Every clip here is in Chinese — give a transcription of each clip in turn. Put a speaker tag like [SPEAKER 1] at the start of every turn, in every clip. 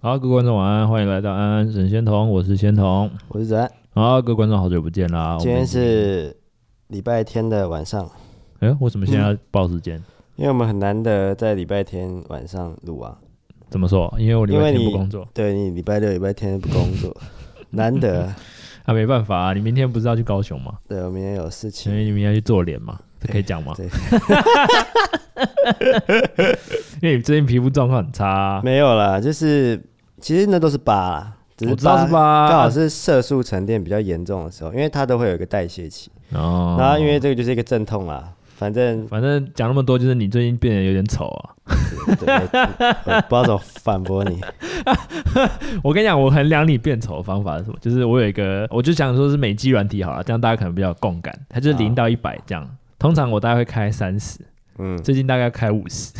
[SPEAKER 1] 好，各位观众晚安，欢迎来到安安沈仙童，我是仙童。
[SPEAKER 2] 我是子安，
[SPEAKER 1] 好，各位观众好久不见啦！
[SPEAKER 2] 今
[SPEAKER 1] 我
[SPEAKER 2] 天
[SPEAKER 1] 们，
[SPEAKER 2] 是礼拜天的晚上，
[SPEAKER 1] 哎、为什么现在要报时间？
[SPEAKER 2] 因为我们很难得在礼拜天晚上录啊。
[SPEAKER 1] 怎么说？因为我礼
[SPEAKER 2] 因
[SPEAKER 1] 拜
[SPEAKER 2] 为
[SPEAKER 1] 天
[SPEAKER 2] 你
[SPEAKER 1] 不工作，
[SPEAKER 2] 对你礼拜六、礼拜天不工 作，难得。
[SPEAKER 1] 啊，没办法啊，你明天不是要去高雄吗？
[SPEAKER 2] 对，我明天有事
[SPEAKER 1] 所
[SPEAKER 2] 情。
[SPEAKER 1] 以你明天要去做脸嘛，这可以讲吗？
[SPEAKER 2] 对，
[SPEAKER 1] 因为你最近皮肤状况很差啊、
[SPEAKER 2] 没有啦，就是其实那都是疤啦，只是啊
[SPEAKER 1] 我知道是吧？
[SPEAKER 2] 刚好是色素沉淀比较严重的时候，因为它都会有一个代谢期，
[SPEAKER 1] 哦，
[SPEAKER 2] 然后因为这个就是一个阵痛啦，反正
[SPEAKER 1] 反正讲那么多，就是你最近变得有点丑啊。
[SPEAKER 2] 对我不知道怎么反驳你，
[SPEAKER 1] 我跟你讲，我衡量你变丑的方法是什么？就是我有一个，我就想说是美肌软体好了，这样大家可能比较有共感。它就是
[SPEAKER 2] 啊
[SPEAKER 1] 零到一百这样，通常我大概会开三十，
[SPEAKER 2] 嗯，
[SPEAKER 1] 最近大概开五十，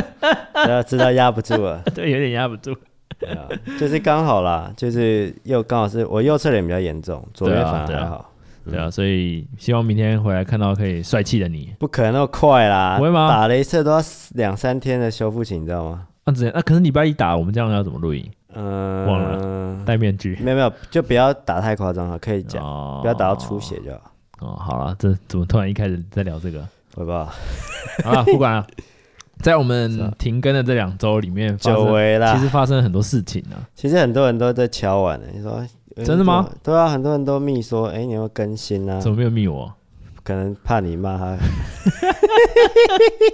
[SPEAKER 2] 要知道压不住了，
[SPEAKER 1] 对，有点压不住。
[SPEAKER 2] 对啊就是刚好啦，就是右刚好是我右侧脸比较严重，左边
[SPEAKER 1] 对啊
[SPEAKER 2] 反而
[SPEAKER 1] 对啊
[SPEAKER 2] 还好，
[SPEAKER 1] 对啊，所以希望明天回来看到可以帅气的你。
[SPEAKER 2] 不可能那么快啦，
[SPEAKER 1] 不会吗
[SPEAKER 2] 打了一次都要两三天的修复期，你知道吗？
[SPEAKER 1] 那只能那可是礼拜一打，我们这样要怎么录音？
[SPEAKER 2] 嗯，
[SPEAKER 1] 忘戴面具。
[SPEAKER 2] 没有没有，就不要打太夸张了，啊可以讲，
[SPEAKER 1] 哦
[SPEAKER 2] 不要打到出血就好，
[SPEAKER 1] 哦，好了，这怎么突然一开始在聊这 个？
[SPEAKER 2] 好不
[SPEAKER 1] 哦
[SPEAKER 2] 好？
[SPEAKER 1] 好了，不管了。在我
[SPEAKER 2] 是
[SPEAKER 1] 们
[SPEAKER 2] 啊
[SPEAKER 1] 停更的这两周里面，发
[SPEAKER 2] 久
[SPEAKER 1] 生
[SPEAKER 2] 违啦，
[SPEAKER 1] 其实发生了很多事情啊。
[SPEAKER 2] 其实很多人都在敲碗的、你说
[SPEAKER 1] 真的吗？
[SPEAKER 2] 嗯对啊，很多人都密说，哎、你要不要更新啊
[SPEAKER 1] 怎，么没有密我？
[SPEAKER 2] 可能怕你骂他。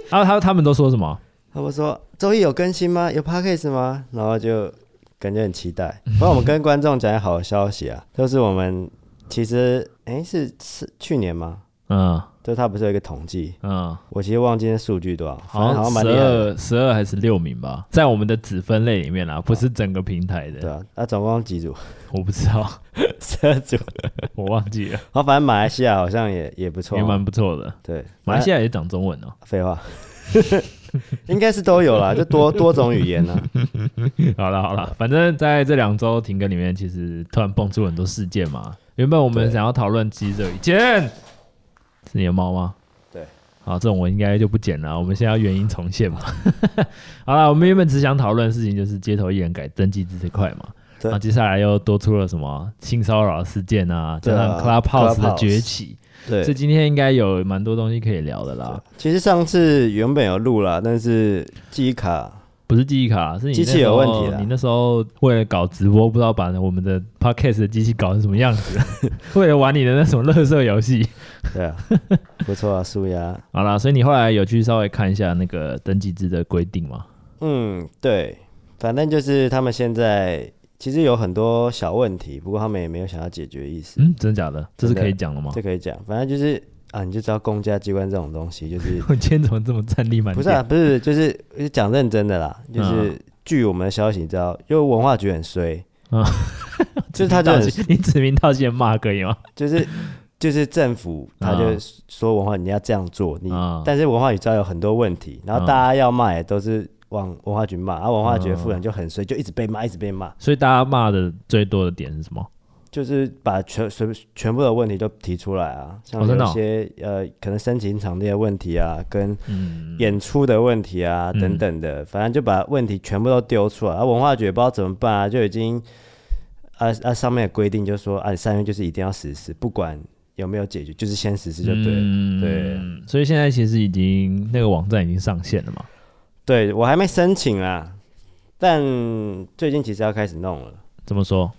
[SPEAKER 1] 然后啊他他们都说什么？
[SPEAKER 2] 他们说周一有更新吗？有 podcast 吗？然后就感觉很期待。不然我们跟观众讲一个好消息啊， 就是我们其实哎、是是去年吗？
[SPEAKER 1] 嗯
[SPEAKER 2] 就他不是有一个统计，
[SPEAKER 1] 嗯，
[SPEAKER 2] 我其实忘记那数据多少，反正好像
[SPEAKER 1] 像
[SPEAKER 2] 蛮
[SPEAKER 1] 十
[SPEAKER 2] 厉害的。
[SPEAKER 1] 二十二还是六名吧，在我们的子分类里面啦，不是整个平台
[SPEAKER 2] 哦对
[SPEAKER 1] 的，
[SPEAKER 2] 啊，那、总共几组？
[SPEAKER 1] 我不知道，
[SPEAKER 2] 十二组。
[SPEAKER 1] 我忘记了，
[SPEAKER 2] 然后反正马来西亚好像也也不错
[SPEAKER 1] 也
[SPEAKER 2] 啊、
[SPEAKER 1] 蛮不错的。
[SPEAKER 2] 对，
[SPEAKER 1] 马来西
[SPEAKER 2] 亚
[SPEAKER 1] 亚也讲中文哦、
[SPEAKER 2] 废话， 应该是都有啦，就多 多种语言呢、啊。
[SPEAKER 1] 好了好了，反正在这两周停更里面，其实突然蹦出很多事件嘛。原本我们
[SPEAKER 2] 对
[SPEAKER 1] 想要讨论鸡只有一件，是你的猫吗？
[SPEAKER 2] 对，
[SPEAKER 1] 好，这种我应该就不剪了。我们现在要原因重现嘛。 好了，我们原本只想讨论的事情就是街头艺人改登记制这块嘛。
[SPEAKER 2] 对
[SPEAKER 1] 然后接下来又多出了什么性骚扰事件啊，加
[SPEAKER 2] 对啊
[SPEAKER 1] 上 Clubhouse 的
[SPEAKER 2] Clubhouse
[SPEAKER 1] 崛起，
[SPEAKER 2] 对
[SPEAKER 1] 所以，今天应该有蛮多东西可以聊的
[SPEAKER 2] 对
[SPEAKER 1] 啦。
[SPEAKER 2] 其实上次原本有录啦，但是记忆卡
[SPEAKER 1] 不是记忆卡，是你
[SPEAKER 2] 机器
[SPEAKER 1] 那时
[SPEAKER 2] 有
[SPEAKER 1] 候
[SPEAKER 2] 问题啊啦
[SPEAKER 1] 你那时候为了搞直播，不知道把我们的 podcast 的机器搞成什么样子， 为了玩你的那种乐色游戏。
[SPEAKER 2] 对啊，不错啊，舒压。
[SPEAKER 1] 好啦，所以你后来有去稍微看一下那个登记制的规定吗？
[SPEAKER 2] 嗯，对，反正就是他们现在其实有很多小问题，不过他们也没有想要解决意思，
[SPEAKER 1] 嗯，真的假的？这是
[SPEAKER 2] 真的
[SPEAKER 1] 可以讲的吗？
[SPEAKER 2] 这可以讲。反正就是啊，你就知道公家机关这种东西，就是
[SPEAKER 1] 我今天怎么这么战力满点？
[SPEAKER 2] 不是啊，不是，就是讲认真的啦，
[SPEAKER 1] 嗯
[SPEAKER 2] 就是。据我们的消息，你知道，因为文化局很衰，
[SPEAKER 1] 嗯
[SPEAKER 2] 就是 他就很
[SPEAKER 1] 指名道姓你指名道姓骂可以吗？
[SPEAKER 2] 就是就是政府他就
[SPEAKER 1] 啊
[SPEAKER 2] 说文化你要这样做，你、
[SPEAKER 1] 啊
[SPEAKER 2] 但是文化局知道有很多问题，然后
[SPEAKER 1] 啊
[SPEAKER 2] 大家要骂也都是往文化局骂，然、后文化局的富
[SPEAKER 1] 啊
[SPEAKER 2] 人就很衰，就一直被骂，一直被骂，
[SPEAKER 1] 所以大家骂的最多的点是什么？
[SPEAKER 2] 就是把全全全部的问题都提出来啊，像
[SPEAKER 1] 哦真的
[SPEAKER 2] 有
[SPEAKER 1] 哦
[SPEAKER 2] 些、呃可能申请场地的问题啊，跟
[SPEAKER 1] 嗯，
[SPEAKER 2] 演出的问题啊
[SPEAKER 1] 嗯
[SPEAKER 2] 等等的，反正就把问题全部都丢出来，啊文化局也不知道怎么办啊，就已经。啊啊！上面的规定就说，啊，三月就是一定要实施，不管有没有解决，就是先实施就对了。
[SPEAKER 1] 嗯
[SPEAKER 2] 对。
[SPEAKER 1] 所以现在其实已经那个网站已经上线了嘛。
[SPEAKER 2] 对我还没申请啦，但最近其实要开始弄了，
[SPEAKER 1] 怎么说？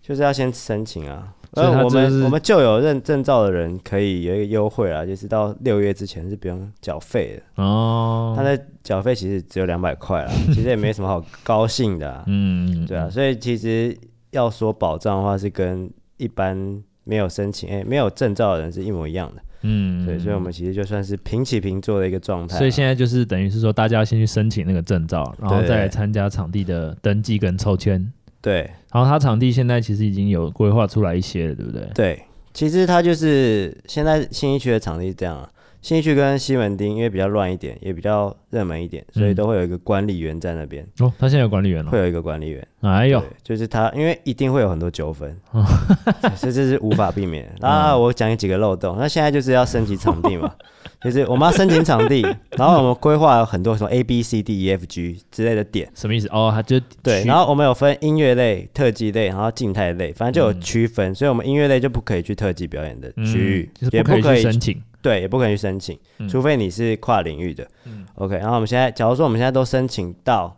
[SPEAKER 2] 就是要先申请啊。
[SPEAKER 1] 所以它
[SPEAKER 2] 呃，我
[SPEAKER 1] 就是
[SPEAKER 2] 们我们就有认证照的人可以有一个优惠啊，就是到六月之前是不用缴费的。
[SPEAKER 1] 哦
[SPEAKER 2] 他，的缴费其实只有两 百块啦，其实也没什么好高兴的、啊。
[SPEAKER 1] 嗯，
[SPEAKER 2] 对啊，所以其实要说保障的话，是跟一般没有申请哎、没有证照的人是一模一样的。
[SPEAKER 1] 嗯，
[SPEAKER 2] 对，所以我们其实就算是平起平坐的一个状态啊。
[SPEAKER 1] 所以现在就是等于是说，大家先去申请那个证照，然后
[SPEAKER 2] 对
[SPEAKER 1] 再来参加场地的登记跟抽签。
[SPEAKER 2] 对
[SPEAKER 1] 然后它场地现在其实已经有规划出来一些了，对不对？
[SPEAKER 2] 对，其实它就是现在新一区的场地是这样啊，新一区跟西门町因为比较乱一点，也比较热门一点，所以
[SPEAKER 1] 嗯
[SPEAKER 2] 都会有一个管理员在那边，
[SPEAKER 1] 哦，他现在有管理员了
[SPEAKER 2] 会。有一个管理员。
[SPEAKER 1] 哎呦
[SPEAKER 2] 对，，就是他，因为一定会有很多纠纷，
[SPEAKER 1] 哦
[SPEAKER 2] 所以这是无法避免
[SPEAKER 1] 嗯
[SPEAKER 2] 的。啊，我讲几个漏洞，那现在就是要升级场地嘛， 就是我们要申请场地，然后我们规划了很多什么 A B C D E F G 之类的点，
[SPEAKER 1] 什么意思？哦，他就
[SPEAKER 2] 对，
[SPEAKER 1] 去
[SPEAKER 2] 然后我们有分音乐类、特技类，然后静态类，反正就有
[SPEAKER 1] 嗯
[SPEAKER 2] 区分，所以我们音乐类就不可以去特技表演的
[SPEAKER 1] 嗯
[SPEAKER 2] 区域，
[SPEAKER 1] 就是
[SPEAKER 2] 也
[SPEAKER 1] 不可以
[SPEAKER 2] 可
[SPEAKER 1] 去
[SPEAKER 2] 以
[SPEAKER 1] 申请。
[SPEAKER 2] 对，也不可以去申请，
[SPEAKER 1] 嗯
[SPEAKER 2] 除非你是跨领域的。
[SPEAKER 1] 嗯
[SPEAKER 2] OK，然后我们现在，假如说我们现在都申请到，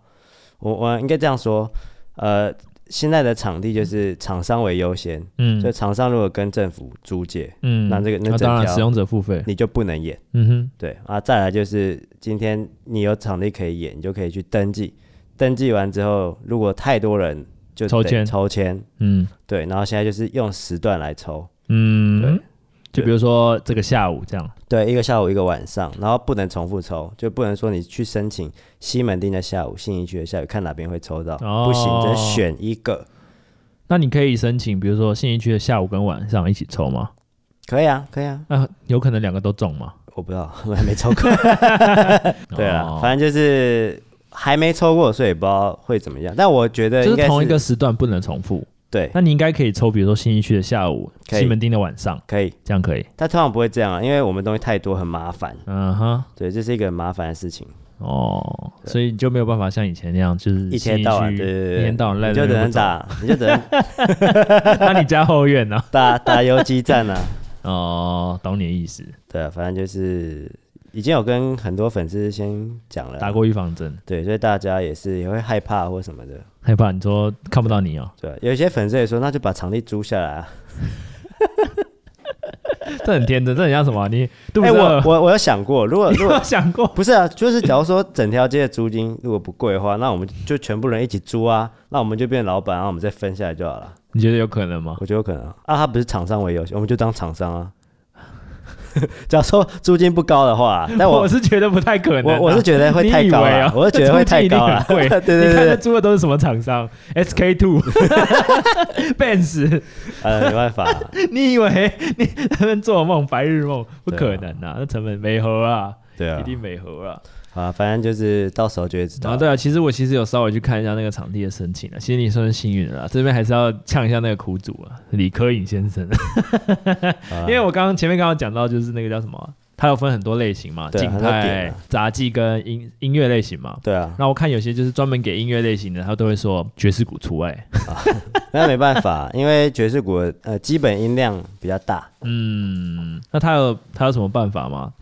[SPEAKER 2] 我我应该这样说，呃，现在的场地就是厂商为优先，
[SPEAKER 1] 嗯
[SPEAKER 2] 就厂商如果跟政府租借，
[SPEAKER 1] 嗯
[SPEAKER 2] 那这个那整
[SPEAKER 1] 当然
[SPEAKER 2] 条
[SPEAKER 1] 使用者付费。
[SPEAKER 2] 你就不能演。
[SPEAKER 1] 嗯哼，
[SPEAKER 2] 对啊，再来就是今天你有场地可以演，你就可以去登记。登记完之后，如果太多人就
[SPEAKER 1] 抽
[SPEAKER 2] 得
[SPEAKER 1] 签
[SPEAKER 2] 抽签。
[SPEAKER 1] 嗯
[SPEAKER 2] 对，然后现在就是用时段来抽，
[SPEAKER 1] 嗯
[SPEAKER 2] 对，
[SPEAKER 1] 就比如说这个下午这样。
[SPEAKER 2] 对，一个下午一个晚上，然后不能重复抽，就不能说你去申请西门町的下午、信义区的下午，看哪边会抽到，不行，只能
[SPEAKER 1] 哦
[SPEAKER 2] 选一个。
[SPEAKER 1] 那你可以申请，比如说信义区的下午跟晚上一起抽吗？
[SPEAKER 2] 可以啊，可以啊，
[SPEAKER 1] 那、有可能两个都中吗？
[SPEAKER 2] 我不知道，我还没抽过。对啊
[SPEAKER 1] 哦，
[SPEAKER 2] 反正就是还没抽过，所以不知道会怎么样。但我觉得呃应
[SPEAKER 1] 就
[SPEAKER 2] 该
[SPEAKER 1] 是同一个时段不能重复。
[SPEAKER 2] 对，
[SPEAKER 1] 那你应该可以抽，比如说新一区的下午、
[SPEAKER 2] 可以
[SPEAKER 1] 西门町的晚上，
[SPEAKER 2] 可以。
[SPEAKER 1] 这样可以。
[SPEAKER 2] 但通常不会这样啊，因为我们东西太多，很麻烦。
[SPEAKER 1] 嗯哼，
[SPEAKER 2] 对，这是一个很麻烦的事情，
[SPEAKER 1] 哦，所以你就没有办法像以前那样，就是
[SPEAKER 2] 一
[SPEAKER 1] 新
[SPEAKER 2] 天
[SPEAKER 1] 一
[SPEAKER 2] 到晚，
[SPEAKER 1] 区
[SPEAKER 2] 对对对对，
[SPEAKER 1] 一天到晚赖
[SPEAKER 2] 你
[SPEAKER 1] 着
[SPEAKER 2] 就
[SPEAKER 1] 那边
[SPEAKER 2] 只能
[SPEAKER 1] 不走，
[SPEAKER 2] 打，你就只能
[SPEAKER 1] 那你家后院 呢、
[SPEAKER 2] 打打游击战啊。
[SPEAKER 1] 哦，懂你的意思，
[SPEAKER 2] 对啊，反正就是已经有跟很多粉丝先讲了，
[SPEAKER 1] 打过预防针，
[SPEAKER 2] 对，所以大家也是也会害怕或什么的，
[SPEAKER 1] 害怕你说看不到你 哦，
[SPEAKER 2] 对啊、有一些粉丝也说，那就把场地租下来啊。
[SPEAKER 1] 这很天真，这很像什么啊？你肚
[SPEAKER 2] 哎、
[SPEAKER 1] 子
[SPEAKER 2] 我
[SPEAKER 1] 饿，
[SPEAKER 2] 我我有想过，如果
[SPEAKER 1] 你
[SPEAKER 2] 如
[SPEAKER 1] 有
[SPEAKER 2] 果
[SPEAKER 1] 没有想过？
[SPEAKER 2] 不是啊，就是假如说整条街的租金如果不贵的话，那我们就全部人一起租啊，那我们就变老板，然后我们再分下来就好了。
[SPEAKER 1] 你觉得有可能吗？
[SPEAKER 2] 我觉得有可能啊，啊他不是厂商为优先，我们就当厂商啊。 假如说租金不高的话，但
[SPEAKER 1] 我
[SPEAKER 2] 哎我
[SPEAKER 1] 是觉得不太可能啊、
[SPEAKER 2] 我我是觉得会
[SPEAKER 1] 你
[SPEAKER 2] 太高
[SPEAKER 1] 以为
[SPEAKER 2] 了
[SPEAKER 1] 啊，
[SPEAKER 2] 我是觉得会太高了
[SPEAKER 1] 这。租金一定很贵
[SPEAKER 2] 对对
[SPEAKER 1] 你看他
[SPEAKER 2] 对对，
[SPEAKER 1] 租的都是什么厂商？SK Two、Benz，
[SPEAKER 2] 呃，没办法，
[SPEAKER 1] 你以为你他们做梦白日梦？不
[SPEAKER 2] 对啊
[SPEAKER 1] 可能啊，那成本没合啊，
[SPEAKER 2] 对啊
[SPEAKER 1] 一，定没合啊。
[SPEAKER 2] 啊，反正就是到时候就会知
[SPEAKER 1] 然后
[SPEAKER 2] 道。
[SPEAKER 1] 对啊，其实我其实有稍微去看一下那个场地的申请啊，其实你算是幸运的啦。这边还是要呛一下那个苦主啊，李科颖先生， 因
[SPEAKER 2] 啊
[SPEAKER 1] 为我刚刚前面刚刚讲到就是那个叫什么啊，它有分很多类型嘛，
[SPEAKER 2] 对
[SPEAKER 1] 静
[SPEAKER 2] 啊它有点
[SPEAKER 1] 态
[SPEAKER 2] 啊、
[SPEAKER 1] 杂技跟音音乐类型嘛。
[SPEAKER 2] 对啊，
[SPEAKER 1] 那我看有些就是专门给音乐类型的，他都会说爵士鼓除外。
[SPEAKER 2] 那没办法，因为爵士鼓的呃基本音量比较大，
[SPEAKER 1] 嗯， 那他有他有什么办法吗？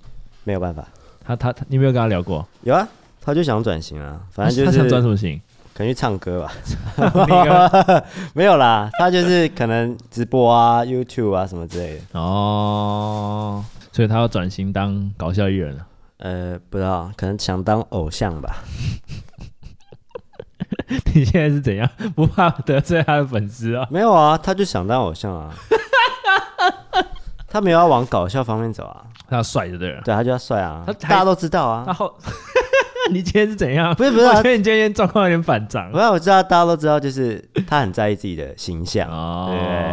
[SPEAKER 2] 没有办法。
[SPEAKER 1] 他他他，你有没有跟他聊过？
[SPEAKER 2] 有啊，他就想转型啊，反正就
[SPEAKER 1] 他
[SPEAKER 2] 是
[SPEAKER 1] 想转什么型？
[SPEAKER 2] 可能去唱歌吧。
[SPEAKER 1] 那个
[SPEAKER 2] 没有啦，他就是可能直播啊、YouTube 啊什么之类的。
[SPEAKER 1] 哦，所以他要转型当搞笑艺人了。啊
[SPEAKER 2] 呃，不知道，可能想当偶像吧。
[SPEAKER 1] 你现在是怎样？不怕得罪他的粉丝啊？
[SPEAKER 2] 没有啊，他就想当偶像啊。 他没有要往搞笑方面走啊，
[SPEAKER 1] 他要帅就对了。
[SPEAKER 2] 对，他就要帅啊，
[SPEAKER 1] 他
[SPEAKER 2] 大家都知道啊
[SPEAKER 1] 他。后， 你今天是怎样？
[SPEAKER 2] 不是不是啊
[SPEAKER 1] 我觉得你今天状况有点反啊常
[SPEAKER 2] 不。要啊我知道，大家都知道，就是他很在意自己的形象。啊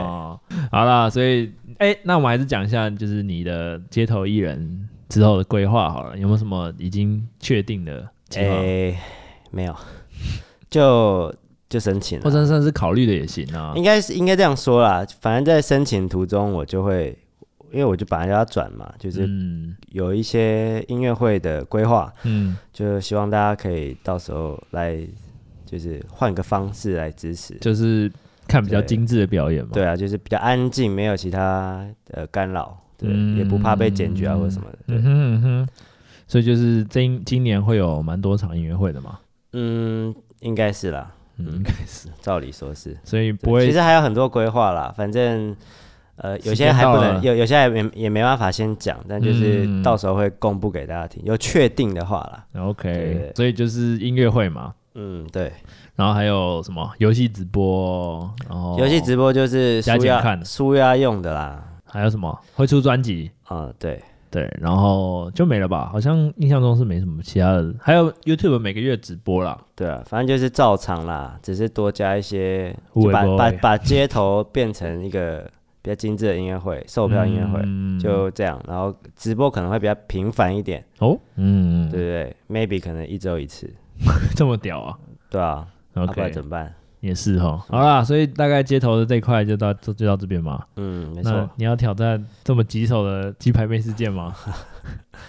[SPEAKER 1] 哦，好啦，所以哎、那我们还是讲一下，就是你的街头艺人之后的规划好了，有没有什么已经确定的计
[SPEAKER 2] 哎、
[SPEAKER 1] 划？
[SPEAKER 2] 没有，就就申请
[SPEAKER 1] 或
[SPEAKER 2] 了。
[SPEAKER 1] 者甚至考虑的也行啊。
[SPEAKER 2] 应该是应该这样说啦，反正在申请途中，我就会，因为我就本来就要转嘛，就是
[SPEAKER 1] 嗯
[SPEAKER 2] 有一些音乐会的规划，
[SPEAKER 1] 嗯，
[SPEAKER 2] 就希望大家可以到时候来，就是换个方式来支持。
[SPEAKER 1] 就是看比较
[SPEAKER 2] 对
[SPEAKER 1] 精致的表演嘛。
[SPEAKER 2] 对啊，就是比较安静，没有其他呃干扰，对，
[SPEAKER 1] 嗯
[SPEAKER 2] 也不怕被检举啊或者什么的。对，
[SPEAKER 1] 嗯哼嗯哼。所以就是今今年会有蛮多场音乐会的嘛，
[SPEAKER 2] 嗯，应该是啦，
[SPEAKER 1] 嗯，应该是，
[SPEAKER 2] 照理说是。
[SPEAKER 1] 所以
[SPEAKER 2] 对
[SPEAKER 1] 不会
[SPEAKER 2] 其实还有很多规划啦，反正呃有
[SPEAKER 1] 时
[SPEAKER 2] 些
[SPEAKER 1] 间
[SPEAKER 2] 还
[SPEAKER 1] 到
[SPEAKER 2] 不
[SPEAKER 1] 了
[SPEAKER 2] 能，有有些还也也没办法先讲，但就是
[SPEAKER 1] 嗯
[SPEAKER 2] 到时候会公布给大家听，有确定的话啦。对对
[SPEAKER 1] OK，
[SPEAKER 2] 对
[SPEAKER 1] 所以就是音乐会嘛，
[SPEAKER 2] 嗯，对，
[SPEAKER 1] 然后还有什么游戏直播，然后
[SPEAKER 2] 游戏直播就是
[SPEAKER 1] 哦加
[SPEAKER 2] 舒
[SPEAKER 1] 减看
[SPEAKER 2] 压舒压用的啦。
[SPEAKER 1] 还有什么会出专辑，
[SPEAKER 2] 嗯，对，
[SPEAKER 1] 对，然后就没了吧？好像印象中是没什么其他的，还有 YouTube 每个月直播啦，
[SPEAKER 2] 对啊，反正就是照常啦，只是多加一些，
[SPEAKER 1] 有
[SPEAKER 2] 就
[SPEAKER 1] 的
[SPEAKER 2] 把
[SPEAKER 1] 没的
[SPEAKER 2] 把把街头变成一个比较精致的音乐会，售票音乐会、
[SPEAKER 1] 嗯
[SPEAKER 2] 就这样。然后直播可能会比较频繁一点，
[SPEAKER 1] 哦，嗯，
[SPEAKER 2] 对不对？Maybe 可能一周一次，
[SPEAKER 1] 这么屌啊
[SPEAKER 2] 对啊，要、不然
[SPEAKER 1] ，OK，
[SPEAKER 2] 怎么办？
[SPEAKER 1] 也是哈，好啦，所以大概街头的这一块就到就就到这边嘛。
[SPEAKER 2] 嗯，没
[SPEAKER 1] 那
[SPEAKER 2] 错。
[SPEAKER 1] 你要挑战这么棘手的鸡排妹事件 吗？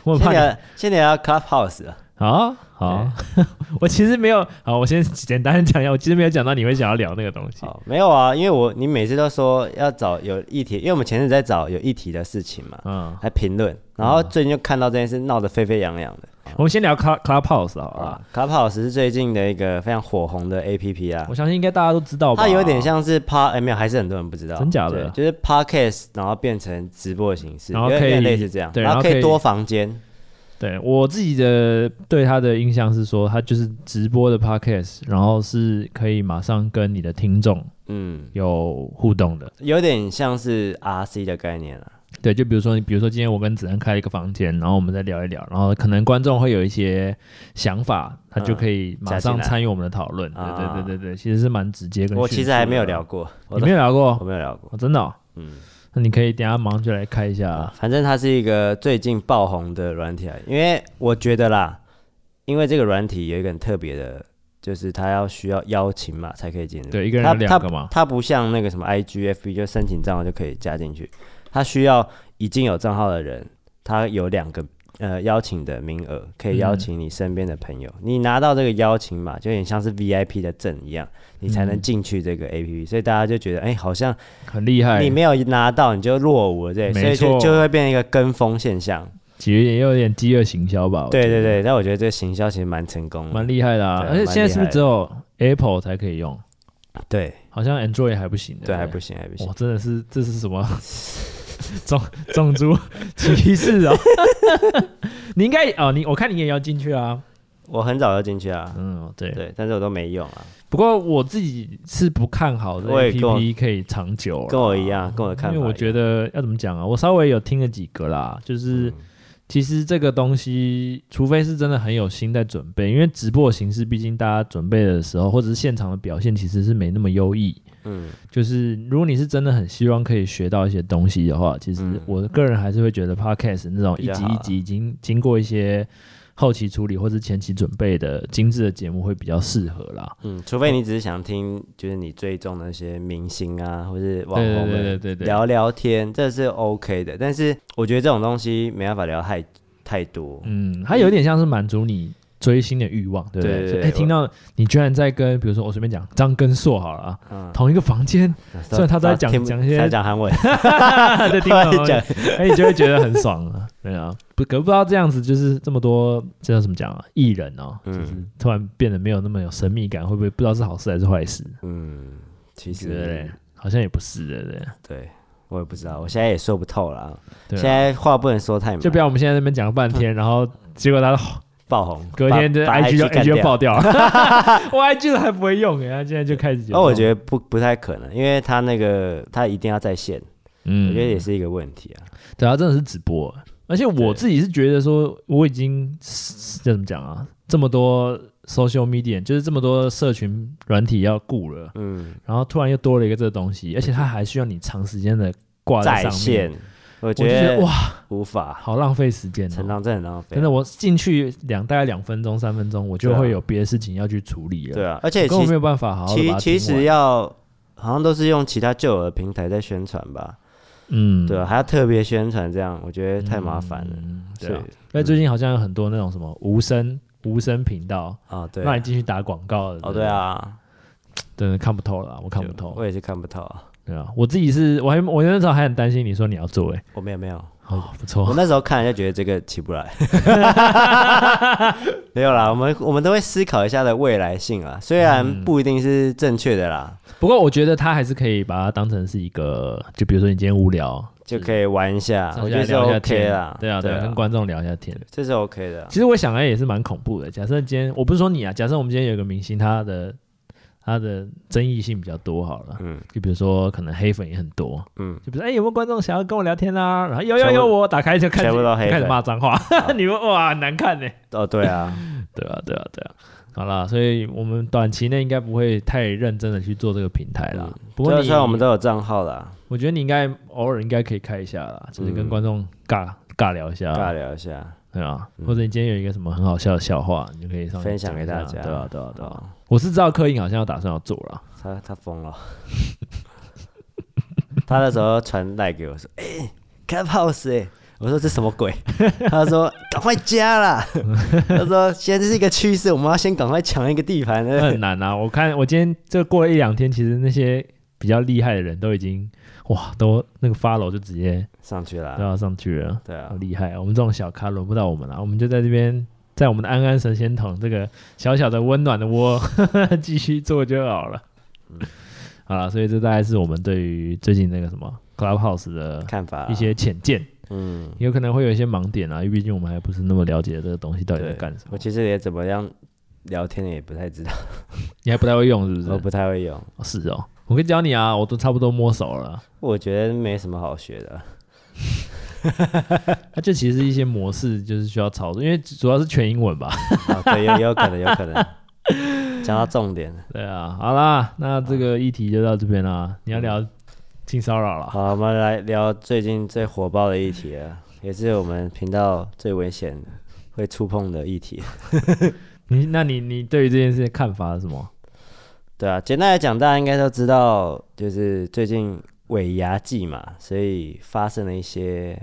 [SPEAKER 1] 我很
[SPEAKER 2] 现
[SPEAKER 1] 怕你
[SPEAKER 2] 在现在要 Clubhouse 啊，
[SPEAKER 1] 好啊好啊，
[SPEAKER 2] 哎
[SPEAKER 1] 我其实没有好，我先简单讲一下，我其实没有讲到你会想要聊那个东西。
[SPEAKER 2] 好，没有啊，因为我你每次都说要找有议题，因为我们前阵子在找有议题的事情嘛，
[SPEAKER 1] 嗯，
[SPEAKER 2] 来评论，然后最近就看到这件事闹得沸沸扬扬的。
[SPEAKER 1] 我们先聊 Club Clubhouse 好了
[SPEAKER 2] 啊
[SPEAKER 1] 啦。
[SPEAKER 2] ，Clubhouse 是最近的一个非常火红的 APP 啊
[SPEAKER 1] 我，相信应该大家都知道吧？
[SPEAKER 2] 它有点，像是 p a 哎、没有，还是很多人不知道，
[SPEAKER 1] 真假的
[SPEAKER 2] 对就是 Podcast，然后变成直播的形式，
[SPEAKER 1] 然后
[SPEAKER 2] 有点
[SPEAKER 1] 可以
[SPEAKER 2] 类似这样，
[SPEAKER 1] 对
[SPEAKER 2] 然
[SPEAKER 1] 然后
[SPEAKER 2] 后
[SPEAKER 1] 可
[SPEAKER 2] 可
[SPEAKER 1] 以
[SPEAKER 2] 以多房间，
[SPEAKER 1] 对我自己的对他的印象是说，他就是直播的 podcast，然后是可以马上跟你的听众
[SPEAKER 2] 嗯，
[SPEAKER 1] 有互动的。
[SPEAKER 2] 有点像是 RC 的概念啊，
[SPEAKER 1] 对，就比如说，比如说今天我跟子恩开了一个房间，然后我们再聊一聊，然后可能观众会有一些想法，他就可以马上参与我们的讨论。
[SPEAKER 2] 加进
[SPEAKER 1] 对
[SPEAKER 2] 来
[SPEAKER 1] 对对对对，其实是蛮直接跟。
[SPEAKER 2] 我其实还没有聊，过，
[SPEAKER 1] 啊
[SPEAKER 2] 我
[SPEAKER 1] 你
[SPEAKER 2] 都
[SPEAKER 1] 没有聊
[SPEAKER 2] 我
[SPEAKER 1] 过，
[SPEAKER 2] 没有聊过，
[SPEAKER 1] 哦、真的、哦。
[SPEAKER 2] 嗯，
[SPEAKER 1] 那你可以等一下忙就来开一下
[SPEAKER 2] 啊
[SPEAKER 1] 啊，
[SPEAKER 2] 反正它是一个最近爆红的软体啊，因为我觉得啦，因为这个软体有一个很特别的，就是它要需要邀请码才可以进入，
[SPEAKER 1] 对，一个人
[SPEAKER 2] 它
[SPEAKER 1] 有两个嘛，
[SPEAKER 2] 它不像那个什么 IGFB，就申请账号就可以加进去，它需要已经有账号的人，他有两个呃邀请的名额，可以邀请你身边的朋友。你拿到这个邀请码，就有点像是 VIP 的证一样，你才
[SPEAKER 1] 嗯
[SPEAKER 2] 能进去这个 APP、所以大家就觉得，哎、好像
[SPEAKER 1] 很厉害
[SPEAKER 2] 你，没有拿到，你就落伍了，对，所
[SPEAKER 1] 哎没
[SPEAKER 2] 以
[SPEAKER 1] 错哦
[SPEAKER 2] 就就会变成一个跟风现象。
[SPEAKER 1] 其实也有点饥饿行销吧。我
[SPEAKER 2] 对
[SPEAKER 1] 觉
[SPEAKER 2] 对
[SPEAKER 1] 得，
[SPEAKER 2] 对，但我觉得这个行销其实蛮成功的
[SPEAKER 1] 蛮。厉害的啊。
[SPEAKER 2] 嗯对
[SPEAKER 1] 而且现在是不
[SPEAKER 2] 蛮厉害
[SPEAKER 1] 是
[SPEAKER 2] 的
[SPEAKER 1] 只有 Apple 才可以用？
[SPEAKER 2] 对
[SPEAKER 1] 好像 Android 还不行的。
[SPEAKER 2] 对，还不行，还不行
[SPEAKER 1] 哇，。真的是这是什么 种种族歧视哦？ 你应该哦，你我看你也要进去啊。
[SPEAKER 2] 我很早就进去啊，
[SPEAKER 1] 嗯，对。
[SPEAKER 2] 对，但是我都没用啊，
[SPEAKER 1] 不过我自己是不看好这
[SPEAKER 2] 我也跟我
[SPEAKER 1] APP 可以长久啦，啊
[SPEAKER 2] 跟我一样，跟我的看法一
[SPEAKER 1] 因
[SPEAKER 2] 样。
[SPEAKER 1] 为我觉得要怎么讲啊，我稍微有听了几个啦，就是、
[SPEAKER 2] 嗯
[SPEAKER 1] 其实这个东西，除非是真的很有心在准备，因为直播的形式，毕竟大家准备的时候或者是现场的表现，其实是没那么优异。
[SPEAKER 2] 嗯，
[SPEAKER 1] 就是如果你是真的很希望可以学到一些东西的话，其实
[SPEAKER 2] 嗯
[SPEAKER 1] 我个人还是会觉得 podcast 那种
[SPEAKER 2] 比
[SPEAKER 1] 一
[SPEAKER 2] 较
[SPEAKER 1] 集
[SPEAKER 2] 好啊
[SPEAKER 1] 一集已经经过一些后期处理或是前期准备的精致的节目会比较适合啦。
[SPEAKER 2] 嗯，除非你只是想听，就是你追踪的那些明星啊，或是网
[SPEAKER 1] 对
[SPEAKER 2] 红
[SPEAKER 1] 对对
[SPEAKER 2] 们
[SPEAKER 1] 对对对，
[SPEAKER 2] 聊聊天，这是 OK 的。但是我觉得这种东西没办法聊太太多。
[SPEAKER 1] 嗯，它有点像是满足你。追星的欲望，对不
[SPEAKER 2] 对对
[SPEAKER 1] 对？
[SPEAKER 2] 对
[SPEAKER 1] 哎，
[SPEAKER 2] 我
[SPEAKER 1] 听到你居然在跟，比如说我随便讲张根硕好了啊，
[SPEAKER 2] 嗯，
[SPEAKER 1] 同一个房间，虽然他都在讲
[SPEAKER 2] 听不
[SPEAKER 1] 讲一些
[SPEAKER 2] 他讲韩文，
[SPEAKER 1] 在 啊听 到
[SPEAKER 2] 在讲
[SPEAKER 1] 哎、你就会觉得很爽啊， 对啊，不，可不知道这样子就是这么多，这叫怎么讲啊？艺人哦，
[SPEAKER 2] 嗯
[SPEAKER 1] 就是突然变得没有那么有神秘感，会不会不知道是好事还是坏事？
[SPEAKER 2] 嗯，其
[SPEAKER 1] 你觉得嘞
[SPEAKER 2] 实？
[SPEAKER 1] 好像也不是的，对不对
[SPEAKER 2] 对我也不知道，我现在也说不透了啊。
[SPEAKER 1] 对啊
[SPEAKER 2] 现在话不能说太满，
[SPEAKER 1] 就不要我们现在在那边讲了半天，然后结果他
[SPEAKER 2] 爆红，
[SPEAKER 1] 隔天这
[SPEAKER 2] 把把
[SPEAKER 1] IG 就 IG 就
[SPEAKER 2] IG 干掉
[SPEAKER 1] 爆掉了， 我 IG 都还不会用哎，他现在就开始。
[SPEAKER 2] 那哦我觉得不不太可能，因为他那个他一定要在线，
[SPEAKER 1] 嗯，
[SPEAKER 2] 我觉得也是一个问题啊。
[SPEAKER 1] 对啊，真的是直播，而且我
[SPEAKER 2] 对
[SPEAKER 1] 自己是觉得说，我已经这怎么讲啊？这么多 social media，就是这么多社群软体要顾了，
[SPEAKER 2] 嗯，
[SPEAKER 1] 然后突然又多了一个这个东西，而且它还需要你长时间的挂
[SPEAKER 2] 在
[SPEAKER 1] 上面，
[SPEAKER 2] 线，我
[SPEAKER 1] 我就
[SPEAKER 2] 觉
[SPEAKER 1] 觉得
[SPEAKER 2] 得
[SPEAKER 1] 哇，
[SPEAKER 2] 无法。
[SPEAKER 1] 好浪费时间、
[SPEAKER 2] 陈
[SPEAKER 1] 哦。
[SPEAKER 2] 浪真的很浪费
[SPEAKER 1] 真
[SPEAKER 2] 啊。
[SPEAKER 1] 的，我进去两大概两分钟、三分钟，我就
[SPEAKER 2] 对啊
[SPEAKER 1] 会有别的事情要去处理了。
[SPEAKER 2] 对啊，而且
[SPEAKER 1] 根本
[SPEAKER 2] 其
[SPEAKER 1] 没
[SPEAKER 2] 实
[SPEAKER 1] 有办法好好地把
[SPEAKER 2] 其
[SPEAKER 1] 它
[SPEAKER 2] 其
[SPEAKER 1] 听完
[SPEAKER 2] 实要好像都是用其他旧有的平台在宣传吧，
[SPEAKER 1] 嗯，
[SPEAKER 2] 对啊，还要特别宣传，这样我觉得太麻烦了。
[SPEAKER 1] 嗯对
[SPEAKER 2] 所以
[SPEAKER 1] 啊，因为最近好像有很多那种什么无声无声频道，
[SPEAKER 2] 啊，对
[SPEAKER 1] 让
[SPEAKER 2] 啊
[SPEAKER 1] 你进去打广告的。
[SPEAKER 2] 哦对啊，
[SPEAKER 1] 真的看不透了啊，我看不透。
[SPEAKER 2] 我也是看不透啊。
[SPEAKER 1] 对啊，我自己是我还我那时候还很担心你说你要做哎、
[SPEAKER 2] 我没有没有，
[SPEAKER 1] 哦不
[SPEAKER 2] 我
[SPEAKER 1] 错，
[SPEAKER 2] 那时候看就觉得这个起不 来，没有啦，我们我们都会思考一下的未来性啊，虽
[SPEAKER 1] 嗯
[SPEAKER 2] 然不一定是正确的啦，
[SPEAKER 1] 不过我觉得他还是可以把它当成是一个，就比如说你今天无聊，
[SPEAKER 2] 就可以玩一下，
[SPEAKER 1] 上
[SPEAKER 2] 啊我
[SPEAKER 1] 下
[SPEAKER 2] 觉得是
[SPEAKER 1] 聊一下
[SPEAKER 2] OK
[SPEAKER 1] 天
[SPEAKER 2] 啦，
[SPEAKER 1] 对啊对啊，跟观众聊一下天。
[SPEAKER 2] 这是 OK 的啊，
[SPEAKER 1] 其实我想来也是蛮恐怖的。假设今天我不是说你啊，假设我们今天有一个明星，他的他的争议性比较多好了，
[SPEAKER 2] 嗯
[SPEAKER 1] 就比如说可能黑粉也很多，
[SPEAKER 2] 嗯，
[SPEAKER 1] 就比如说哎、有没有观众想要跟我聊天啦、然后有有
[SPEAKER 2] 全部
[SPEAKER 1] 有我打开就开始
[SPEAKER 2] 全部都黑粉啊
[SPEAKER 1] 开始骂脏话， 你们哇难看呢、
[SPEAKER 2] 哦对啊，
[SPEAKER 1] 对啊对啊对啊，好啦，所以我们短期内应该不会太认真的去做这个平台啦。不过
[SPEAKER 2] 就
[SPEAKER 1] 你
[SPEAKER 2] 啊算我们都有账号啦，
[SPEAKER 1] 我觉得你应该偶尔应该可以开一下啦，就是跟
[SPEAKER 2] 嗯
[SPEAKER 1] 观众尬、尬聊一下，
[SPEAKER 2] 尬聊一下，
[SPEAKER 1] 对啊，
[SPEAKER 2] 嗯
[SPEAKER 1] 或者你今天有一个什么很好笑的笑话，你就可以上去
[SPEAKER 2] 分享给大
[SPEAKER 1] 讲一
[SPEAKER 2] 家，
[SPEAKER 1] 下对啊，对啊，对啊。
[SPEAKER 2] 哦，
[SPEAKER 1] 我是知道刻印好像要打算要做 了，
[SPEAKER 2] 他他疯了，他那时候传赖给我说，哎、开 pose 哎、我说这什么鬼？他说赶快加啦！他说现在这是一个趋势，我们要先赶快抢一个地盘。
[SPEAKER 1] 那很难啊。我看我今天这过了一两天，其实那些比较厉害的人都已经哇，都那个 follow 就直接
[SPEAKER 2] 上去
[SPEAKER 1] 都
[SPEAKER 2] 啦，
[SPEAKER 1] 要上去了，
[SPEAKER 2] 对啊
[SPEAKER 1] 好，厉害啊！我们这种小咖轮不到我们了，我们就在这边。在我们的安安神仙桶这个小小的温暖的窝， 继续做就好了。
[SPEAKER 2] 嗯
[SPEAKER 1] 好了，所以这大概是我们对于最近那个什么 Clubhouse 的
[SPEAKER 2] 看法啦啊
[SPEAKER 1] 一些浅见。
[SPEAKER 2] 嗯，
[SPEAKER 1] 有可能会有一些盲点啊，因为毕竟我们还不是那么了解这个东西到底在
[SPEAKER 2] 对
[SPEAKER 1] 干什，么
[SPEAKER 2] 我，其实也怎么样聊天也不太知道，
[SPEAKER 1] 你还不太会用是不是？
[SPEAKER 2] 我不太会用，
[SPEAKER 1] 哦是哦，我可以教你啊，我都差不多摸熟了啊。
[SPEAKER 2] 我觉得没什么好学的。
[SPEAKER 1] 那、这啊其实一些模式就是需要操作，因为主要是全英文吧。
[SPEAKER 2] 啊，对，有有可能，有可能。讲到重点了，
[SPEAKER 1] 对啊，好嗯啦，那这个议题就到这边啦。你要聊性骚扰了，
[SPEAKER 2] 好，我们来聊最近最火爆的议题啊，也是我们频道最危险的会触碰的议题。
[SPEAKER 1] 你那你你对于这件事的看法是什么？
[SPEAKER 2] 对啊，简单来讲，大家应该都知道，就是最近尾牙季嘛，所以发生了一些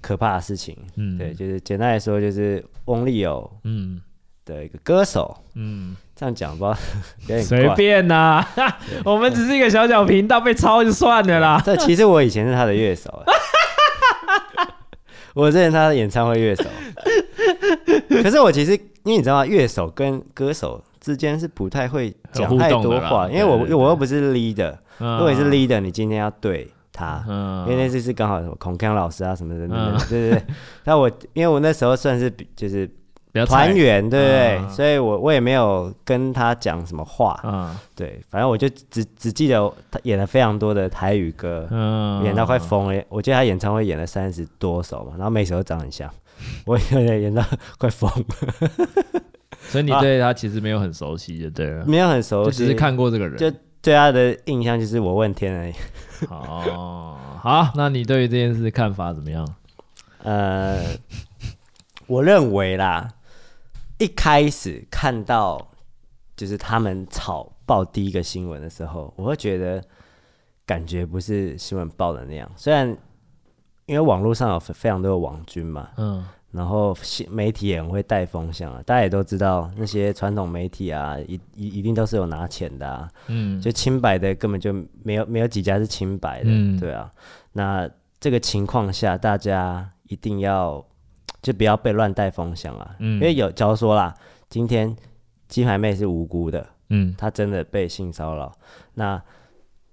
[SPEAKER 2] 可怕的事情。
[SPEAKER 1] 嗯，
[SPEAKER 2] 对，，就是简单来说，就是翁立友
[SPEAKER 1] 嗯
[SPEAKER 2] 的一个歌手，
[SPEAKER 1] 嗯，
[SPEAKER 2] 这样讲吧，有点
[SPEAKER 1] 随
[SPEAKER 2] 怪。
[SPEAKER 1] 便啦， 我们只是一个小小频道，被抄就算了啦。
[SPEAKER 2] 这其实我以前是他的乐手，啊 我之前他的演唱会乐手。啊可是我其实，因为你知道吗？乐手跟歌手之间是不太会讲太
[SPEAKER 1] 很互动
[SPEAKER 2] 多
[SPEAKER 1] 的啦
[SPEAKER 2] 话，因为
[SPEAKER 1] 对
[SPEAKER 2] 我
[SPEAKER 1] 对对
[SPEAKER 2] 我又不是 leader，如
[SPEAKER 1] 如
[SPEAKER 2] 果你是啊 leader，你今天要对他，
[SPEAKER 1] 嗯
[SPEAKER 2] 因为那次是刚好什么孔康老师啊什么的，
[SPEAKER 1] 嗯
[SPEAKER 2] 对对对。那我因为我那时候算是比就是
[SPEAKER 1] 比较菜
[SPEAKER 2] 团员，对不对？
[SPEAKER 1] 嗯
[SPEAKER 2] 所以我我也没有跟他讲什么话，
[SPEAKER 1] 嗯
[SPEAKER 2] 对，反正我就只只记得他演了非常多的台语歌，
[SPEAKER 1] 嗯
[SPEAKER 2] 演到快疯了。我记得他演唱会演了三十多首嘛，然后每首都长很像，我有点演到 快疯，
[SPEAKER 1] 所以
[SPEAKER 2] 啊
[SPEAKER 1] 你对他其实没有很熟悉，就对了，
[SPEAKER 2] 没有很熟
[SPEAKER 1] 就只
[SPEAKER 2] 悉
[SPEAKER 1] 是。看过这个人。
[SPEAKER 2] 嗯就对他的印象就是我问天而已。
[SPEAKER 1] 哦，好，那你对于这件事的看法怎么样？
[SPEAKER 2] 呃，我认为啦，一开始看到就是他们炒爆第一个新闻的时候，我会觉得感觉不是新闻报的那样。虽然因为网络上有非非常多的网军嘛，
[SPEAKER 1] 嗯
[SPEAKER 2] 然后新媒体也很会带风向啊，大家也都知道那些传统媒体啊，一一一定都是有拿钱的啊，
[SPEAKER 1] 嗯，
[SPEAKER 2] 就清白的根本就没有没有几家是清白的，
[SPEAKER 1] 嗯
[SPEAKER 2] 对啊。那这个情况下，大家一定要就不要被乱带风向啊，
[SPEAKER 1] 嗯
[SPEAKER 2] 因为有假如说啦，今天鸡排妹是无辜的，
[SPEAKER 1] 嗯
[SPEAKER 2] 她真的被性骚扰，那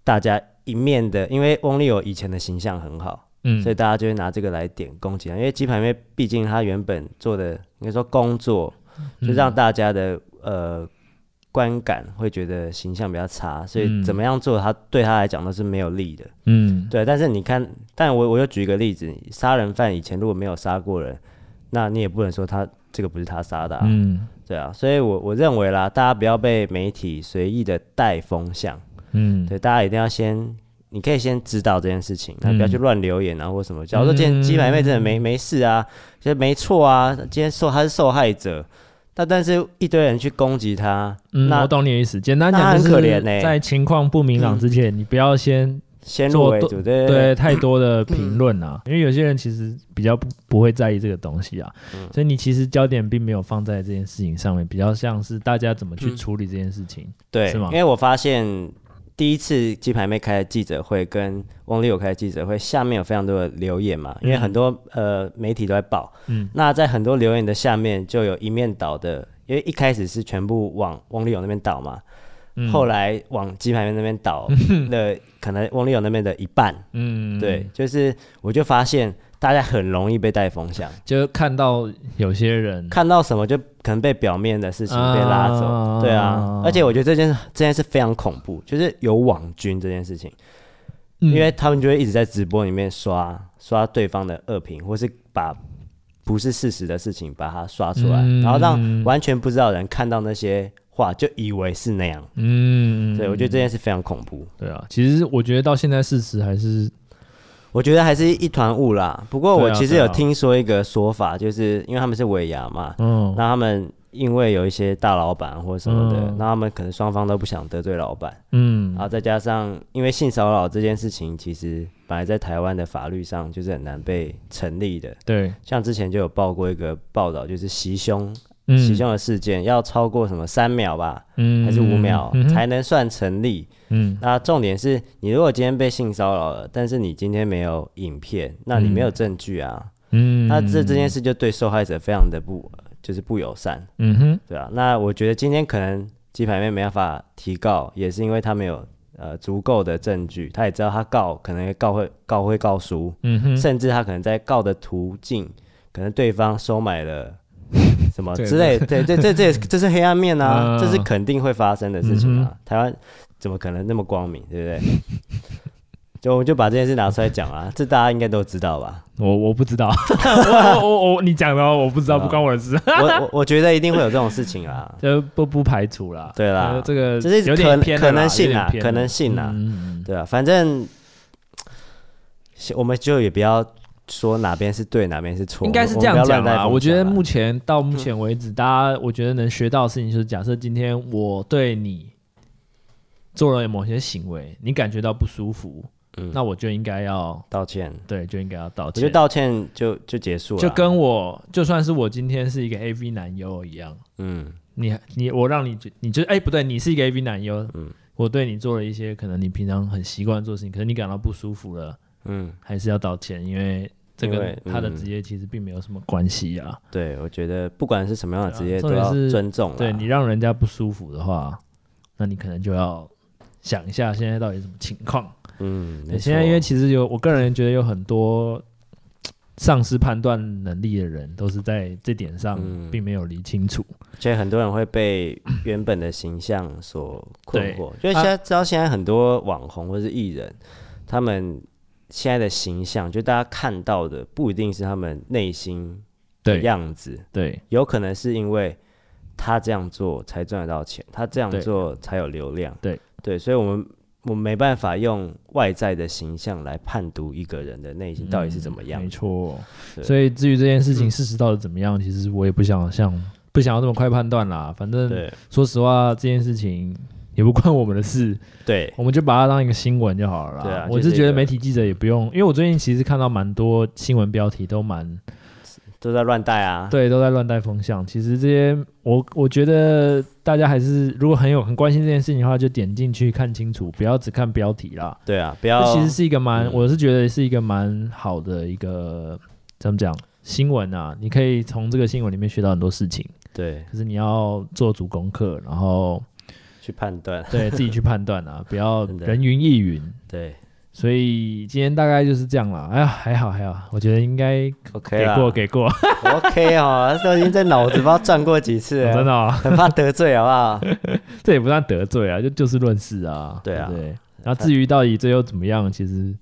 [SPEAKER 2] 大家一面的，因为翁立友以前的形象很好，
[SPEAKER 1] 嗯，
[SPEAKER 2] 所以大家就会拿这个来点攻击他，因为鸡排妹毕竟她原本做的应该说工作，
[SPEAKER 1] 嗯
[SPEAKER 2] 就让大家的、呃观感会觉得形象比较差，所以
[SPEAKER 1] 嗯
[SPEAKER 2] 怎么样做她对她来讲都是没有利的。
[SPEAKER 1] 嗯
[SPEAKER 2] 对，啊但是你看，但我我就举一个例子，杀人犯以前如果没有杀过人，那你也不能说他这个不是他杀的、啊，
[SPEAKER 1] 嗯
[SPEAKER 2] 对啊。所以我我认为啦，大家不要被媒体随意的带风向。
[SPEAKER 1] 嗯，
[SPEAKER 2] 对，大家一定要先，你可以先知道这件事情，那不要去
[SPEAKER 1] 嗯
[SPEAKER 2] 乱留言啊或什么。假如说今天鸡排妹真的没没事啊，其实没错啊，今天受她是受害者，但但是一堆人去攻击她，
[SPEAKER 1] 嗯，
[SPEAKER 2] 那
[SPEAKER 1] 我懂你的意思。简单
[SPEAKER 2] 那
[SPEAKER 1] 讲，
[SPEAKER 2] 很
[SPEAKER 1] 就
[SPEAKER 2] 可
[SPEAKER 1] 是
[SPEAKER 2] 怜欸
[SPEAKER 1] 在情况不明朗之前，你不要先
[SPEAKER 2] 先入
[SPEAKER 1] 做
[SPEAKER 2] 为
[SPEAKER 1] 多
[SPEAKER 2] 主，对嗯
[SPEAKER 1] 对太多的评论啊，因为有些人其实比较不不会在意这个东西啊，
[SPEAKER 2] 嗯
[SPEAKER 1] 所以你其实焦点并没有放在这
[SPEAKER 2] 嗯
[SPEAKER 1] 件事情上面，比较像是大家怎么去处理这件事情。
[SPEAKER 2] 对，
[SPEAKER 1] 是吗
[SPEAKER 2] 因为我发现第一次鸡排妹开的记者会跟翁立友开的记者会，下面有非常多的留言嘛，因为很多、呃媒体都在报。
[SPEAKER 1] 嗯，
[SPEAKER 2] 那在很多留言的下面就有一面倒的，因为一开始是全部往翁立友那边倒嘛，
[SPEAKER 1] 嗯
[SPEAKER 2] 后来往鸡排妹那边 倒的，可能翁立友那边的一半。
[SPEAKER 1] 嗯，
[SPEAKER 2] 对，，就是我就发现大家很容易被带风向，
[SPEAKER 1] 就看到有些人
[SPEAKER 2] 看到什么就可能被表面的事情被拉走，
[SPEAKER 1] 啊
[SPEAKER 2] 对啊。而且我觉得这件这件事非常恐怖，就是有网军这件事情，
[SPEAKER 1] 嗯
[SPEAKER 2] 因为他们就会一直在直播里面刷刷对方的恶评，或是把不是事实的事情把它刷出来，
[SPEAKER 1] 嗯
[SPEAKER 2] 然后让完全不知道的人看到那些话就以为是那样。
[SPEAKER 1] 嗯，
[SPEAKER 2] 对，我觉得这件事非常恐怖。
[SPEAKER 1] 对啊，其实我觉得到现在事实还是
[SPEAKER 2] 我觉得还是一团雾啦。不过
[SPEAKER 1] 对
[SPEAKER 2] 我
[SPEAKER 1] 啊
[SPEAKER 2] 其实
[SPEAKER 1] 对啊
[SPEAKER 2] 有听说一个说法，就是因为他们是尾牙嘛，
[SPEAKER 1] 嗯
[SPEAKER 2] 那他们因为有一些大老板或什么的，
[SPEAKER 1] 嗯
[SPEAKER 2] 那他们可能双方都不想得罪老板，
[SPEAKER 1] 嗯
[SPEAKER 2] 然后再加上因为性骚扰这件事情，其实本来在台湾的法律上就是很难被成立的。
[SPEAKER 1] 对，
[SPEAKER 2] 像之前就有报过一个报道，就是袭胸
[SPEAKER 1] 嗯
[SPEAKER 2] 袭胸的事件，要超过什么三秒吧，
[SPEAKER 1] 嗯
[SPEAKER 2] 还是五秒、
[SPEAKER 1] 嗯哼
[SPEAKER 2] 才能算成立？
[SPEAKER 1] 嗯
[SPEAKER 2] 那重点是你如果今天被性骚扰了，但是你今天没有影片，那你没有证据啊，
[SPEAKER 1] 嗯，
[SPEAKER 2] 那这这件事就对受害者非常的不就是不友善。
[SPEAKER 1] 嗯哼
[SPEAKER 2] 对啊，那我觉得今天可能鸡排妹没办法提告，也是因为她没有呃足够的证据，她也知道她告可能会告会告会告输，
[SPEAKER 1] 嗯哼，
[SPEAKER 2] 甚至她可能在告的途径，可能对方收买 了什么
[SPEAKER 1] 对
[SPEAKER 2] 之类，对对，这这也是这是黑暗面 啊，
[SPEAKER 1] 嗯
[SPEAKER 2] 这是肯定会发生的事
[SPEAKER 1] 嗯
[SPEAKER 2] 情啊，台湾怎么可能那么光明，对不对？ 就我们就把这件事拿出来讲啊，这大家应该都知道吧？
[SPEAKER 1] 我我不知 道，我我我你讲的哦，我不知道，
[SPEAKER 2] 啊
[SPEAKER 1] 不关我的事，
[SPEAKER 2] 我我我觉得一定会有这种事情啊，
[SPEAKER 1] 这不不排除啦。
[SPEAKER 2] 对啦
[SPEAKER 1] 呃这个
[SPEAKER 2] 这是
[SPEAKER 1] 有
[SPEAKER 2] 可
[SPEAKER 1] 点偏了
[SPEAKER 2] 可
[SPEAKER 1] 啦
[SPEAKER 2] 能性
[SPEAKER 1] 有点
[SPEAKER 2] 啊，
[SPEAKER 1] 偏了
[SPEAKER 2] 可能性啊，
[SPEAKER 1] 嗯嗯
[SPEAKER 2] 对啊，反正我们就也不要说哪边是对，哪边是错，
[SPEAKER 1] 应该是
[SPEAKER 2] 我
[SPEAKER 1] 这样
[SPEAKER 2] 我们不要
[SPEAKER 1] 讲
[SPEAKER 2] 乱
[SPEAKER 1] 啦。
[SPEAKER 2] 带风向啊
[SPEAKER 1] 我觉得目前到目前为止，大家我觉得能学到的事情就是，假设今天我对你做了某些行为，你感觉到不舒服，
[SPEAKER 2] 嗯
[SPEAKER 1] 那我就应该要
[SPEAKER 2] 道歉，
[SPEAKER 1] 对，就应该要道
[SPEAKER 2] 我觉得
[SPEAKER 1] 歉。
[SPEAKER 2] 道歉就就结束了啊，
[SPEAKER 1] 就跟我就算是我今天是一个 AV 男优一样，
[SPEAKER 2] 嗯
[SPEAKER 1] 你你我让你觉你就哎、不对，你是一个 AV 男优，
[SPEAKER 2] 嗯
[SPEAKER 1] 我对你做了一些可能你平常很习惯做的事情，可是你感到不舒服了，
[SPEAKER 2] 嗯，
[SPEAKER 1] 还是要道歉，因为这
[SPEAKER 2] 因
[SPEAKER 1] 跟
[SPEAKER 2] 为
[SPEAKER 1] 他的
[SPEAKER 2] 嗯
[SPEAKER 1] 职业其实并没有什么关系啊。
[SPEAKER 2] 对，我觉得不管是什么样的职业
[SPEAKER 1] 对
[SPEAKER 2] 都
[SPEAKER 1] 啊
[SPEAKER 2] 要
[SPEAKER 1] 重点是
[SPEAKER 2] 尊重啦，
[SPEAKER 1] 对你让人家不舒服的话，那你可能就要想一下现在到底什么情况。
[SPEAKER 2] 嗯，没
[SPEAKER 1] 对，
[SPEAKER 2] 错
[SPEAKER 1] 现在因为其实有我个人觉得有很多丧失判断能力的人，都是在这点上
[SPEAKER 2] 嗯
[SPEAKER 1] 并没有理清楚。
[SPEAKER 2] 所以很多人会被原本的形象所困惑，就
[SPEAKER 1] 对啊
[SPEAKER 2] 是现在知道现在很多网红或是艺人，他们现在的形象，就大家看到的不一定是他们内心的
[SPEAKER 1] 对
[SPEAKER 2] 样子，
[SPEAKER 1] 对
[SPEAKER 2] 有可能是因为他这样做才赚得到钱，他这样
[SPEAKER 1] 对
[SPEAKER 2] 做才有流量。
[SPEAKER 1] 对
[SPEAKER 2] 对，所以我们我们没办法用外在的形象来判读一个人的内心到底是怎么样
[SPEAKER 1] 嗯没。错。
[SPEAKER 2] 对嗯
[SPEAKER 1] 所以至于这件事情事实到底怎么样，其实我也不想像不想要这么快判断啦。反正
[SPEAKER 2] 对
[SPEAKER 1] 说实话，这件事情也不关我们的事。
[SPEAKER 2] 对
[SPEAKER 1] 我们就把它当一个新闻就好了啦。
[SPEAKER 2] 对啊
[SPEAKER 1] 我
[SPEAKER 2] 就是是一
[SPEAKER 1] 觉得
[SPEAKER 2] 个
[SPEAKER 1] 媒体记者也不用，因为我最近其实看到蛮多新闻标题都
[SPEAKER 2] 嗯
[SPEAKER 1] 蛮
[SPEAKER 2] 都在乱带啊。
[SPEAKER 1] 对，都在乱带风向。其实这些我我觉得大家还是如果很有很关心这件事情的话，就点进去看清楚，不要只看标题啦。
[SPEAKER 2] 对啊，不
[SPEAKER 1] 这
[SPEAKER 2] 要
[SPEAKER 1] 其实是一个蛮，
[SPEAKER 2] 嗯
[SPEAKER 1] 我是觉得是一个蛮好的一个怎么讲新闻啊，你可以从这个新闻里面学到很多事情，
[SPEAKER 2] 对
[SPEAKER 1] 可是你要做足功课，然后
[SPEAKER 2] 去判断。
[SPEAKER 1] 对自己去判断啊，不要
[SPEAKER 2] 真的
[SPEAKER 1] 人云亦云。
[SPEAKER 2] 对
[SPEAKER 1] 所以今天大概就是这样了。哎呀，还好还好，我觉得应该
[SPEAKER 2] ，OK
[SPEAKER 1] 给
[SPEAKER 2] 啦
[SPEAKER 1] 过给过，
[SPEAKER 2] ，OK 哦，都已经在脑子不知道转过几次 了，
[SPEAKER 1] 真的、哦，
[SPEAKER 2] 很怕得罪，好不好？
[SPEAKER 1] 这也不算得罪啊，就就事论事啊，
[SPEAKER 2] 对啊
[SPEAKER 1] 不对。然后至于到底最后怎么样，其实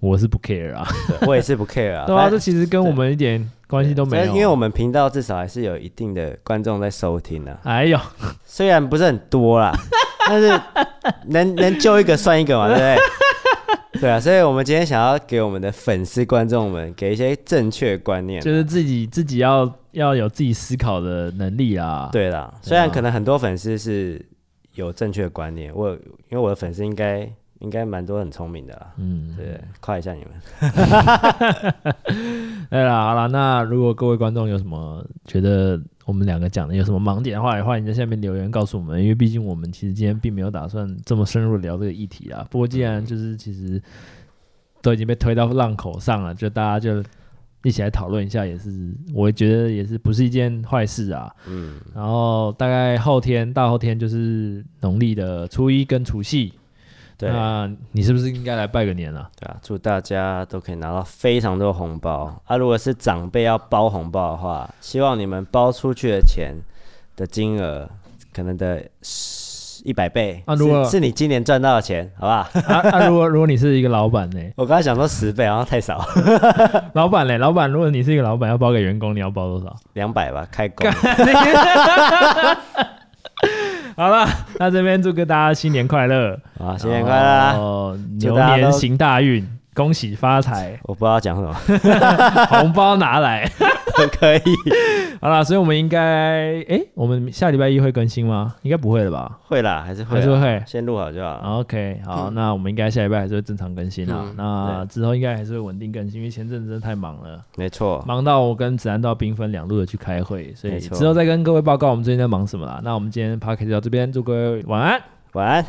[SPEAKER 1] 我是不 care 啊，
[SPEAKER 2] 对我也是不 care 啊，
[SPEAKER 1] 对啊，
[SPEAKER 2] 反
[SPEAKER 1] 这
[SPEAKER 2] 正
[SPEAKER 1] 其实跟我们一点关系都没有。啊
[SPEAKER 2] 因为我们频道至少还是有一定的观众在收听啊。
[SPEAKER 1] 哎呦，
[SPEAKER 2] 虽然不是很 多啦，但是能能救一个算一个嘛，对不对？对啊，所以我们今天想要给我们的粉丝观众们给一些正确观念。
[SPEAKER 1] 就是自己自己要要有自己思考的能力啊。，
[SPEAKER 2] 对啦，虽然可能很多粉丝是有正确观念，我有因为我的粉丝应该应该蛮多很聪明的啦。
[SPEAKER 1] 嗯，
[SPEAKER 2] 对，夸一下你们。
[SPEAKER 1] 对啦，好啦，那如果各位观众有什么觉得我们两个讲的有什么盲点的话，也欢迎在下面留言告诉我们，因为毕竟我们其实今天并没有打算这么深入地聊这个议题啊。不过既然就是其实都已经被推到浪口上了，就大家就一起来讨论一下，也是我觉得也是不是一件坏事啊。
[SPEAKER 2] 嗯，
[SPEAKER 1] 然后大概后天大后天就是农历的初一跟除夕，
[SPEAKER 2] 对
[SPEAKER 1] 那你是不是应该来拜个年了、
[SPEAKER 2] 对啊，祝大家都可以拿到非常多红包啊！如果是长辈要包红包的话，希望你们包出去的钱的金额可能的一百倍，
[SPEAKER 1] 啊如果
[SPEAKER 2] 是是你今年赚到的钱，好 吧？
[SPEAKER 1] 啊？啊啊，如果如果你是一个老板呢、
[SPEAKER 2] 我刚才想说十倍，好像太少，
[SPEAKER 1] 老板嘞，老板，如果你是一个老板，要包给员工，你要包多少？
[SPEAKER 2] 两百吧，开工。
[SPEAKER 1] 好了，那这边祝各大家新年快乐，
[SPEAKER 2] 啊，新年快乐啊！
[SPEAKER 1] 哦，牛
[SPEAKER 2] 祝大家
[SPEAKER 1] 年
[SPEAKER 2] 都
[SPEAKER 1] 行大运，恭喜发
[SPEAKER 2] ，
[SPEAKER 1] 财
[SPEAKER 2] 我不知道讲什么，
[SPEAKER 1] 红包拿来。
[SPEAKER 2] 可以
[SPEAKER 1] 好啦，所以我们应该，哎、我们下礼拜一会更新吗？应该不会了吧？
[SPEAKER 2] 会啦，还是会
[SPEAKER 1] 还
[SPEAKER 2] 啊啦，
[SPEAKER 1] 是会。
[SPEAKER 2] 先录好就
[SPEAKER 1] 啊
[SPEAKER 2] 好。
[SPEAKER 1] OK，好，那我们应该下礼拜还是会正常更新啦。
[SPEAKER 2] 嗯
[SPEAKER 1] 那之后应该还是会稳定更新，因为前阵子真的太忙了，
[SPEAKER 2] 没错，
[SPEAKER 1] 忙到我跟子安都要兵分两路的去开会，所以
[SPEAKER 2] 没错
[SPEAKER 1] 之后再跟各位报告我们最近在忙什么啦。那我们今天 p a r k 到这边，祝各位晚安。
[SPEAKER 2] 晚安。